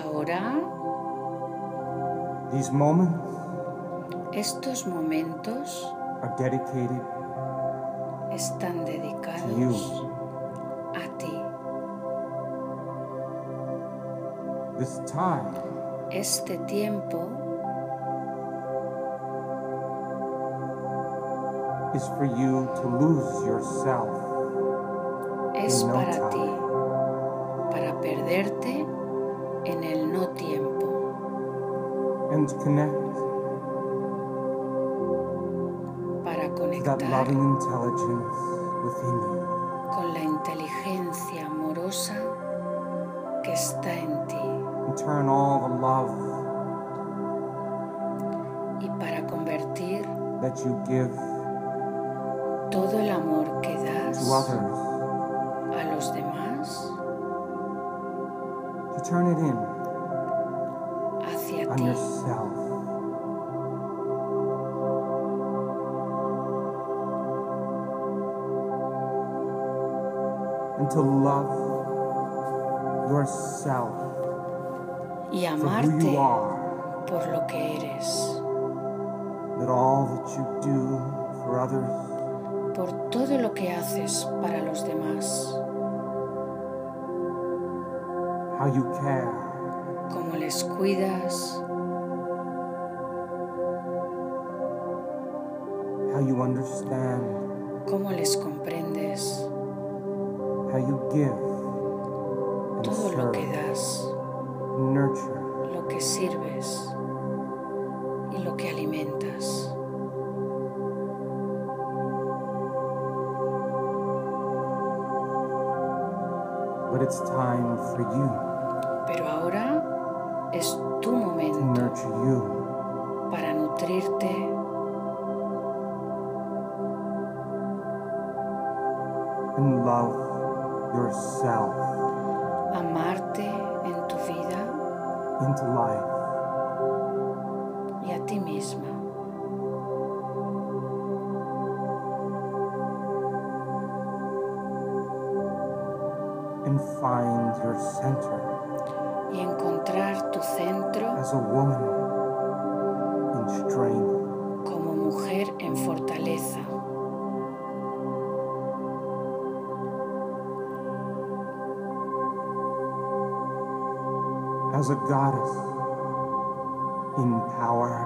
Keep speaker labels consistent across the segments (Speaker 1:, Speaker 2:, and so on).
Speaker 1: ahora
Speaker 2: These moments
Speaker 1: estos momentos
Speaker 2: are dedicated
Speaker 1: están
Speaker 2: to you.
Speaker 1: dedicados a ti.
Speaker 2: This time
Speaker 1: Este tiempo
Speaker 2: is for you to lose yourself.
Speaker 1: es
Speaker 2: No
Speaker 1: para
Speaker 2: time.
Speaker 1: ti, para perderte en el no tiempo,
Speaker 2: and connect
Speaker 1: para
Speaker 2: to that
Speaker 1: conectar
Speaker 2: loving intelligence within you.
Speaker 1: con la inteligencia amorosa que está en ti
Speaker 2: And turn all the love
Speaker 1: y para convertir
Speaker 2: that you give
Speaker 1: todo el amor que
Speaker 2: to
Speaker 1: das
Speaker 2: others,
Speaker 1: a los demás
Speaker 2: to turn it in
Speaker 1: hacia
Speaker 2: on
Speaker 1: ti,
Speaker 2: yourself. And to love yourself for who
Speaker 1: y
Speaker 2: you
Speaker 1: amarte
Speaker 2: are,
Speaker 1: por lo que eres,
Speaker 2: that all that you do for others
Speaker 1: por todo lo que haces para los demás,
Speaker 2: how you care,
Speaker 1: cómo les cuidas,
Speaker 2: how you understand,
Speaker 1: cómo les comprendes,
Speaker 2: how you give and
Speaker 1: todo lo que
Speaker 2: serve,
Speaker 1: das,
Speaker 2: nurture,
Speaker 1: lo que sirves y lo que alimentas.
Speaker 2: but it's time for you
Speaker 1: Pero ahora es
Speaker 2: to
Speaker 1: tu momento
Speaker 2: nurture you,
Speaker 1: para nutrirte,
Speaker 2: and love yourself
Speaker 1: amarte en tu vida
Speaker 2: into life.
Speaker 1: y a ti misma.
Speaker 2: and find your center
Speaker 1: y encontrar tu centro
Speaker 2: as a woman in strength,
Speaker 1: como mujer en fortaleza,
Speaker 2: as a goddess in power,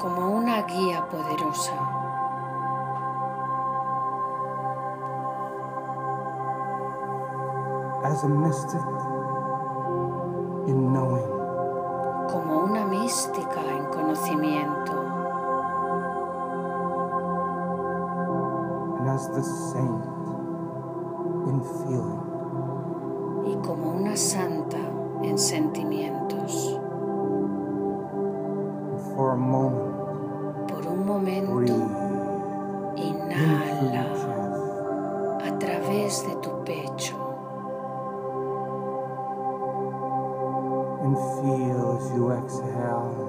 Speaker 1: como una guía poderosa,
Speaker 2: as a mystic in knowing,
Speaker 1: como una mística en conocimiento
Speaker 2: and as the saint in feeling.
Speaker 1: y como una santa en sentimientos.
Speaker 2: And for a moment,
Speaker 1: Por un momento,
Speaker 2: breathe in
Speaker 1: Ah,
Speaker 2: through your
Speaker 1: inhala
Speaker 2: chest
Speaker 1: a través de tu pecho
Speaker 2: and feel as you exhale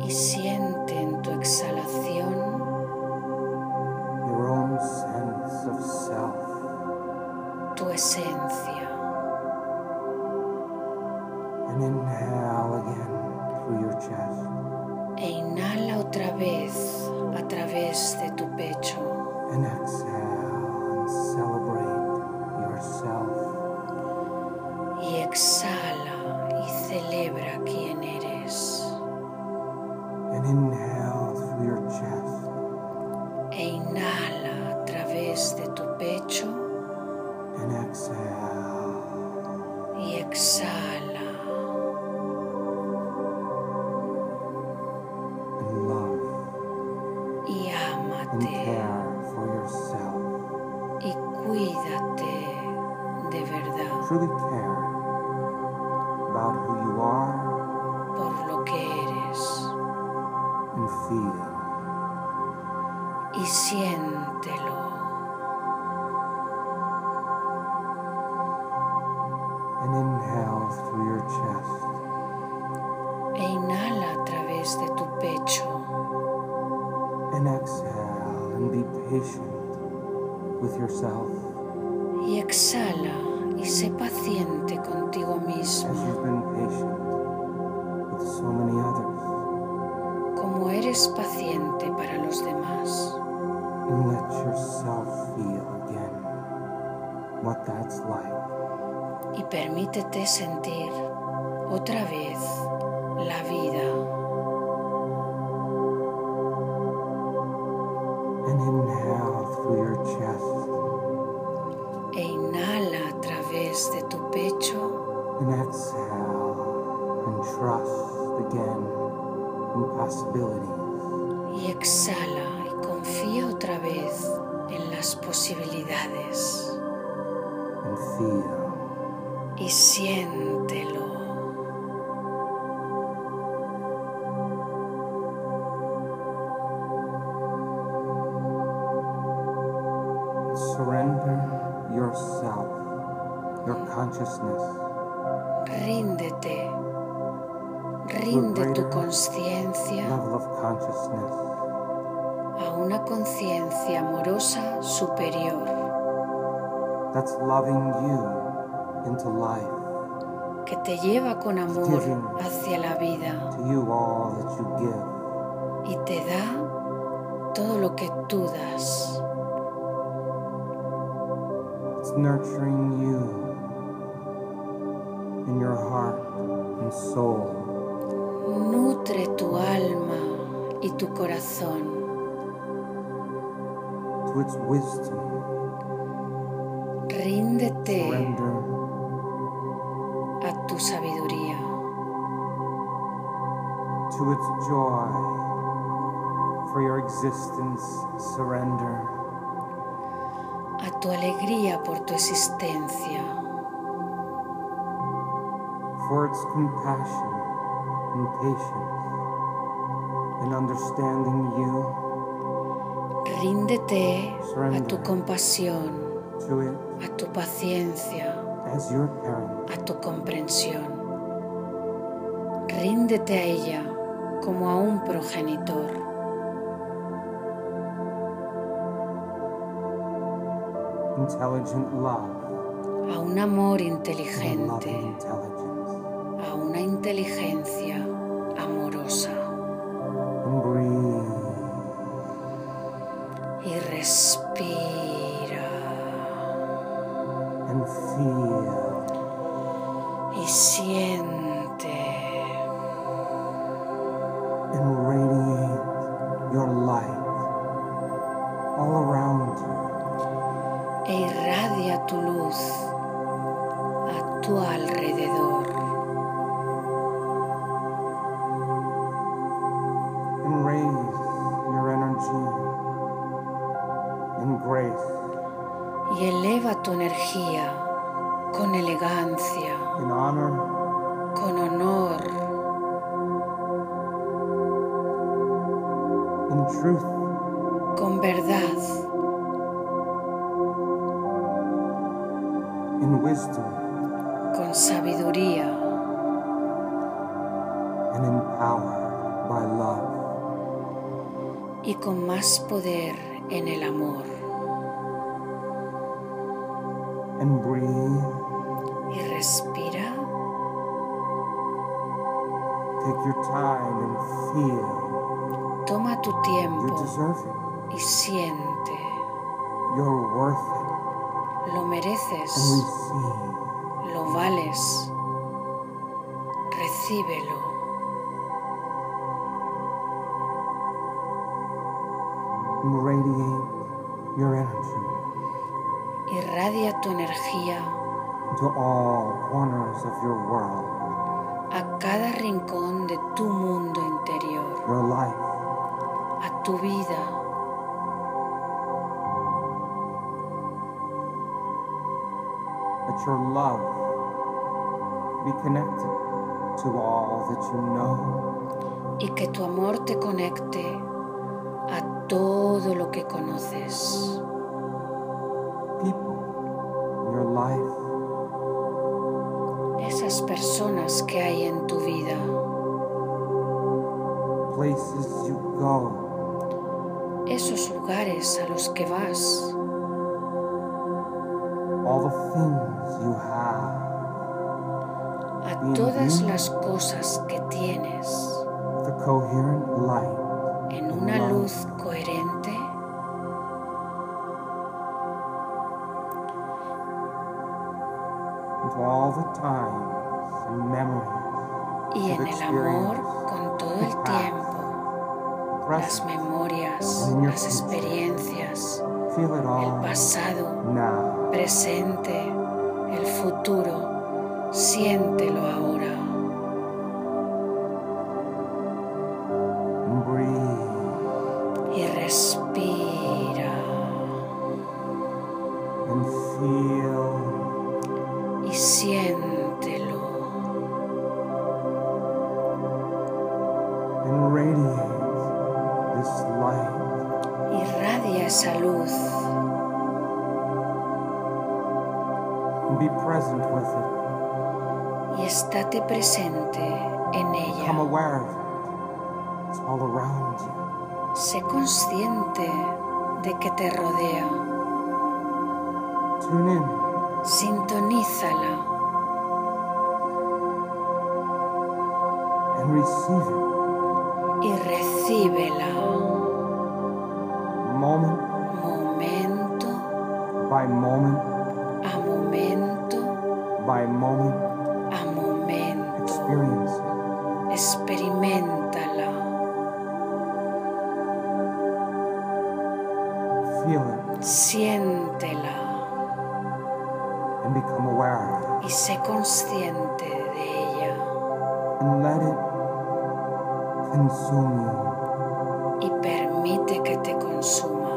Speaker 1: y siente en tu exhalación
Speaker 2: your own sense of self
Speaker 1: tu esencia
Speaker 2: and inhale again through your chest.
Speaker 1: e inhala otra vez a través de tu pecho.
Speaker 2: and exhale and celebrate yourself
Speaker 1: y exhala y celebra quién eres.
Speaker 2: and inhale through your chest
Speaker 1: E inhala a través de tu pecho
Speaker 2: and exhale
Speaker 1: y exhala
Speaker 2: and love
Speaker 1: y
Speaker 2: and
Speaker 1: ámate
Speaker 2: care for yourself
Speaker 1: y cuídate de verdad
Speaker 2: truly care about who you are
Speaker 1: por lo que eres
Speaker 2: and feel
Speaker 1: y siéntelo
Speaker 2: and inhale through your chest
Speaker 1: e inhala a través de tu pecho
Speaker 2: and exhale and be patient with yourself
Speaker 1: y exhala y sé paciente contigo
Speaker 2: as
Speaker 1: mismo
Speaker 2: you've been patient patient with so many others,
Speaker 1: como eres paciente para los demás.
Speaker 2: and let yourself feel again what that's like
Speaker 1: y permítete sentir otra vez la vida
Speaker 2: and inhale through your chest
Speaker 1: e inhala a través de tu pecho
Speaker 2: and exhale and trust again in possibilities
Speaker 1: y exhala y confía otra vez en las posibilidades
Speaker 2: and feel
Speaker 1: y siéntelo.
Speaker 2: surrender yourself your consciousness
Speaker 1: Ríndete, rinde tu conciencia
Speaker 2: level of consciousness
Speaker 1: a una conciencia amorosa superior
Speaker 2: that's loving you into life
Speaker 1: que te lleva con amor hacia la vida.
Speaker 2: to you all that you give
Speaker 1: y te da todo lo que tú das.
Speaker 2: it's nurturing you in your heart and soul
Speaker 1: Nutre tu alma y tu corazón.
Speaker 2: to its wisdom.
Speaker 1: Ríndete
Speaker 2: Surrender
Speaker 1: a tu sabiduría
Speaker 2: to its joy for your existence. Surrender
Speaker 1: a tu alegría por tu existencia,
Speaker 2: for its compassion and patience and understanding you
Speaker 1: ríndete a tu compasión,
Speaker 2: to it
Speaker 1: a tu paciencia,
Speaker 2: as your parent.
Speaker 1: a tu comprensión. Ríndete a ella como a un progenitor.
Speaker 2: Intelligent love
Speaker 1: a un amor
Speaker 2: and
Speaker 1: inteligente,
Speaker 2: loving intelligence.
Speaker 1: a una inteligencia amorosa.
Speaker 2: And breathe.
Speaker 1: Y respira
Speaker 2: and feel
Speaker 1: y siente
Speaker 2: and radiate your light all around you
Speaker 1: e irradia tu luz a tu alrededor
Speaker 2: and raise your energy and grace
Speaker 1: y eleva tu energía con elegancia,
Speaker 2: in honor
Speaker 1: con honor,
Speaker 2: and truth
Speaker 1: con verdad,
Speaker 2: in wisdom
Speaker 1: con sabiduría
Speaker 2: and empowered by love
Speaker 1: y con más poder en el amor.
Speaker 2: and breathe
Speaker 1: Y respira.
Speaker 2: take your time and feel
Speaker 1: Toma tu
Speaker 2: you
Speaker 1: tiempo
Speaker 2: deserve it
Speaker 1: y siente.
Speaker 2: you're worth
Speaker 1: Lo
Speaker 2: it and
Speaker 1: mereces,
Speaker 2: receive
Speaker 1: lo vales. Recíbelo
Speaker 2: and radiate your energy
Speaker 1: irradia tu energía
Speaker 2: to all corners of your world
Speaker 1: a cada rincón de tu mundo interior,
Speaker 2: your life,
Speaker 1: a tu vida
Speaker 2: that your love be connected to all that you know
Speaker 1: y que tu amor te conecte a todo lo que conoces,
Speaker 2: people in your life,
Speaker 1: esas personas que hay en tu vida,
Speaker 2: places you go,
Speaker 1: esos lugares a los que vas,
Speaker 2: all the things you have,
Speaker 1: a todas las cosas que tienes
Speaker 2: with a coherent light.
Speaker 1: en una luz coherente,
Speaker 2: with all the times and memories,
Speaker 1: y en el amor con todo el tiempo, las
Speaker 2: present.
Speaker 1: memorias, las experiencias,
Speaker 2: Feel it
Speaker 1: el
Speaker 2: all
Speaker 1: pasado,
Speaker 2: now.
Speaker 1: presente, el futuro, siéntelo ahora
Speaker 2: And breathe
Speaker 1: y respira
Speaker 2: and feel
Speaker 1: y siéntelo
Speaker 2: and radiate this light
Speaker 1: irradia esa luz
Speaker 2: and be present with it.
Speaker 1: y estate presente en ella.
Speaker 2: Become aware of it. It's all around you.
Speaker 1: Sé consciente de que te rodea.
Speaker 2: Tune in.
Speaker 1: Sintonízala
Speaker 2: and receive it
Speaker 1: y recíbela
Speaker 2: moment
Speaker 1: momento
Speaker 2: by moment
Speaker 1: a momento
Speaker 2: by moment.
Speaker 1: a momento.
Speaker 2: Experience it.
Speaker 1: Experimentala,
Speaker 2: Feel
Speaker 1: siéntela
Speaker 2: it and become aware of it.
Speaker 1: y sé consciente de ella
Speaker 2: And let it consume you.
Speaker 1: y permite que te consuma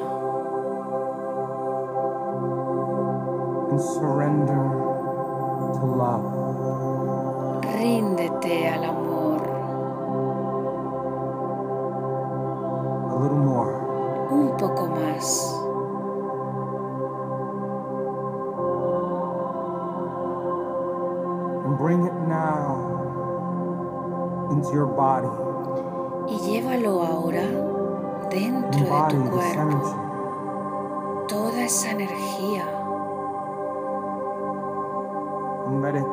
Speaker 2: and surrender to love.
Speaker 1: Ríndete al amor
Speaker 2: A little more.
Speaker 1: un poco más.
Speaker 2: And bring it now into your body.
Speaker 1: y llévalo ahora dentro de
Speaker 2: Embody
Speaker 1: tu
Speaker 2: this
Speaker 1: cuerpo.
Speaker 2: energy.
Speaker 1: Toda esa energía,
Speaker 2: And let it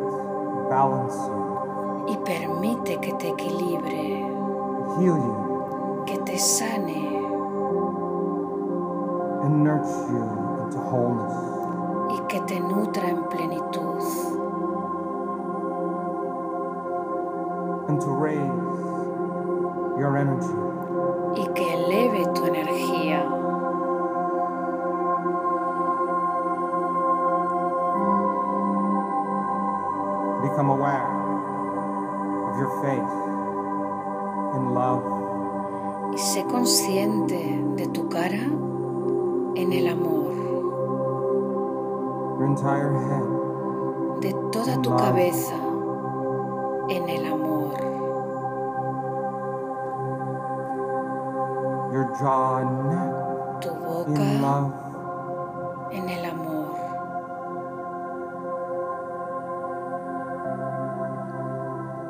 Speaker 2: balance you,
Speaker 1: y permite que te equilibre,
Speaker 2: heal you,
Speaker 1: que te sane
Speaker 2: and nurture you into wholeness.
Speaker 1: y que te nutra en plenitud
Speaker 2: And to raise your energy.
Speaker 1: y que eleve tu energía.
Speaker 2: Become aware of your faith in love.
Speaker 1: Y sé consciente de tu cara en el amor,
Speaker 2: Your entire head.
Speaker 1: de toda tu
Speaker 2: Wow.
Speaker 1: cabeza en el amor,
Speaker 2: Your jaw and neck
Speaker 1: tu
Speaker 2: in
Speaker 1: boca
Speaker 2: love.
Speaker 1: en el amor,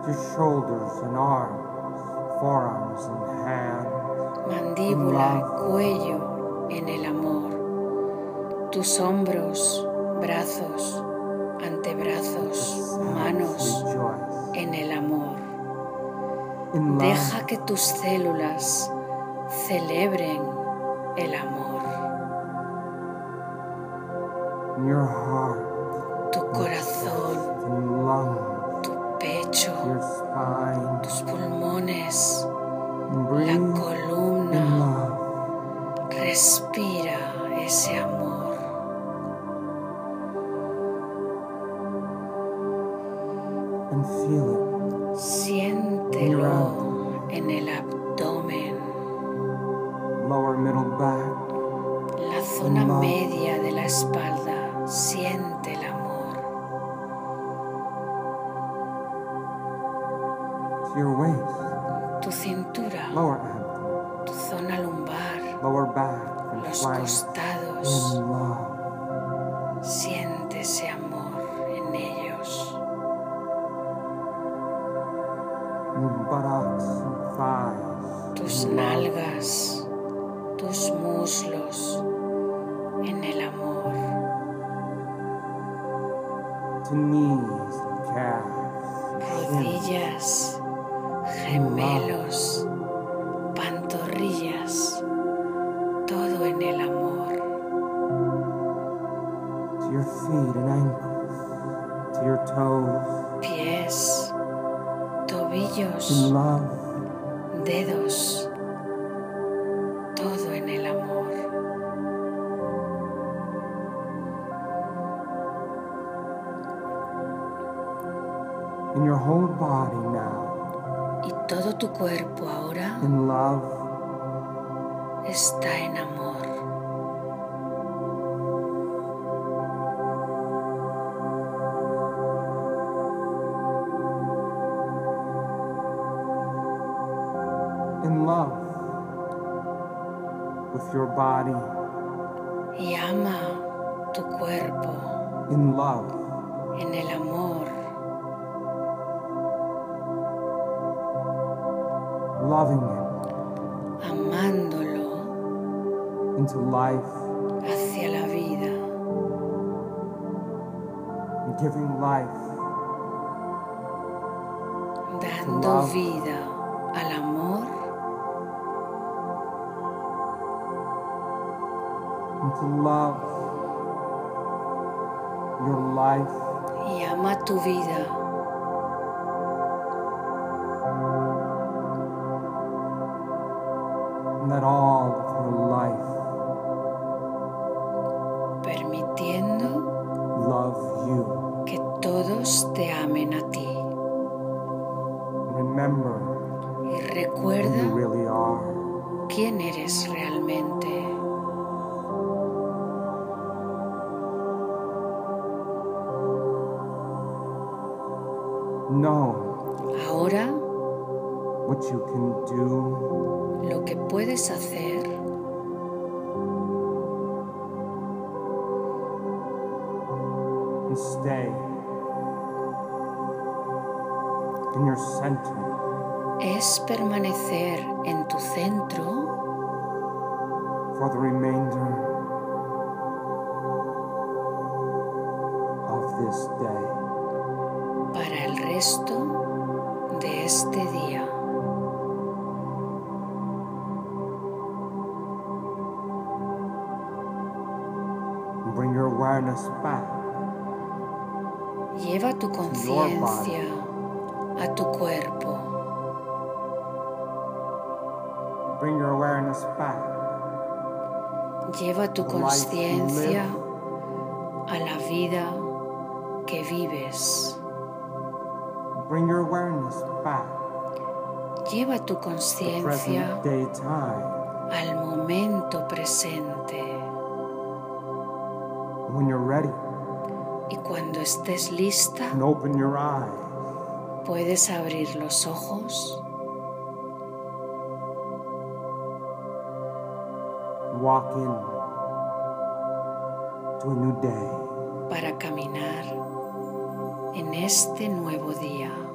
Speaker 2: Your shoulders and arms, forearms and hands.
Speaker 1: mandíbula,
Speaker 2: Wow.
Speaker 1: cuello en el amor. tus hombros, brazos, antebrazos, manos
Speaker 2: Rejoice.
Speaker 1: en el amor.
Speaker 2: In love,
Speaker 1: Deja que tus células celebren el amor.
Speaker 2: in your heart,
Speaker 1: Tu corazón,
Speaker 2: in lungs,
Speaker 1: tu pecho,
Speaker 2: your spine,
Speaker 1: tus pulmones,
Speaker 2: and
Speaker 1: la
Speaker 2: breathe in
Speaker 1: columna.
Speaker 2: love.
Speaker 1: Respira ese amor.
Speaker 2: And feel
Speaker 1: Siéntelo en el abdomen,
Speaker 2: it. Lower middle back,
Speaker 1: la zona
Speaker 2: Wow.
Speaker 1: media de la espalda. Siente el amor.
Speaker 2: to your waist,
Speaker 1: tu cintura,
Speaker 2: lower abdomen,
Speaker 1: tu zona lumbar,
Speaker 2: lower back, and
Speaker 1: los
Speaker 2: flanks.
Speaker 1: costados.
Speaker 2: In love.
Speaker 1: Siente ese amor en ellos.
Speaker 2: Your buttocks and thighs.
Speaker 1: Tus nalgas, tus muslos, en el amor.
Speaker 2: To knees and calves.
Speaker 1: rodillas, gemelos, pantorrillas, todo en el amor,
Speaker 2: to your feet and ankles, to your toes,
Speaker 1: pies,
Speaker 2: in
Speaker 1: tobillos,
Speaker 2: love,
Speaker 1: dedos, todo en el amor.
Speaker 2: in your whole body now,
Speaker 1: Y todo tu cuerpo ahora
Speaker 2: in love,
Speaker 1: está en amor.
Speaker 2: in love with your body,
Speaker 1: Y ama tu cuerpo
Speaker 2: in love
Speaker 1: en el amor.
Speaker 2: loving it
Speaker 1: amándolo
Speaker 2: into life
Speaker 1: hacia la vida
Speaker 2: and giving life
Speaker 1: dando
Speaker 2: Love.
Speaker 1: vida al amor
Speaker 2: into love your life
Speaker 1: y ama tu vida
Speaker 2: and that all of your life
Speaker 1: permitiendo
Speaker 2: love you
Speaker 1: que todos te amen a ti
Speaker 2: and remember
Speaker 1: y
Speaker 2: who you
Speaker 1: recuerda
Speaker 2: really are
Speaker 1: quién eres realmente
Speaker 2: know
Speaker 1: ahora
Speaker 2: what you can do
Speaker 1: lo que puedes hacer
Speaker 2: and stay in your center
Speaker 1: es permanecer en tu centro
Speaker 2: for the remainder of this day.
Speaker 1: para el resto de este día
Speaker 2: And bring your awareness back
Speaker 1: lleva tu conciencia a tu cuerpo
Speaker 2: bring your awareness back
Speaker 1: Lleva tu
Speaker 2: Life
Speaker 1: conciencia a la vida que vives.
Speaker 2: bring your awareness back
Speaker 1: Lleva tu
Speaker 2: to
Speaker 1: conciencia
Speaker 2: present day time
Speaker 1: al momento presente.
Speaker 2: when you're ready
Speaker 1: Y cuando estés lista,
Speaker 2: and open your eyes
Speaker 1: puedes abrir los ojos,
Speaker 2: walk in to a new day
Speaker 1: para caminar en este nuevo día.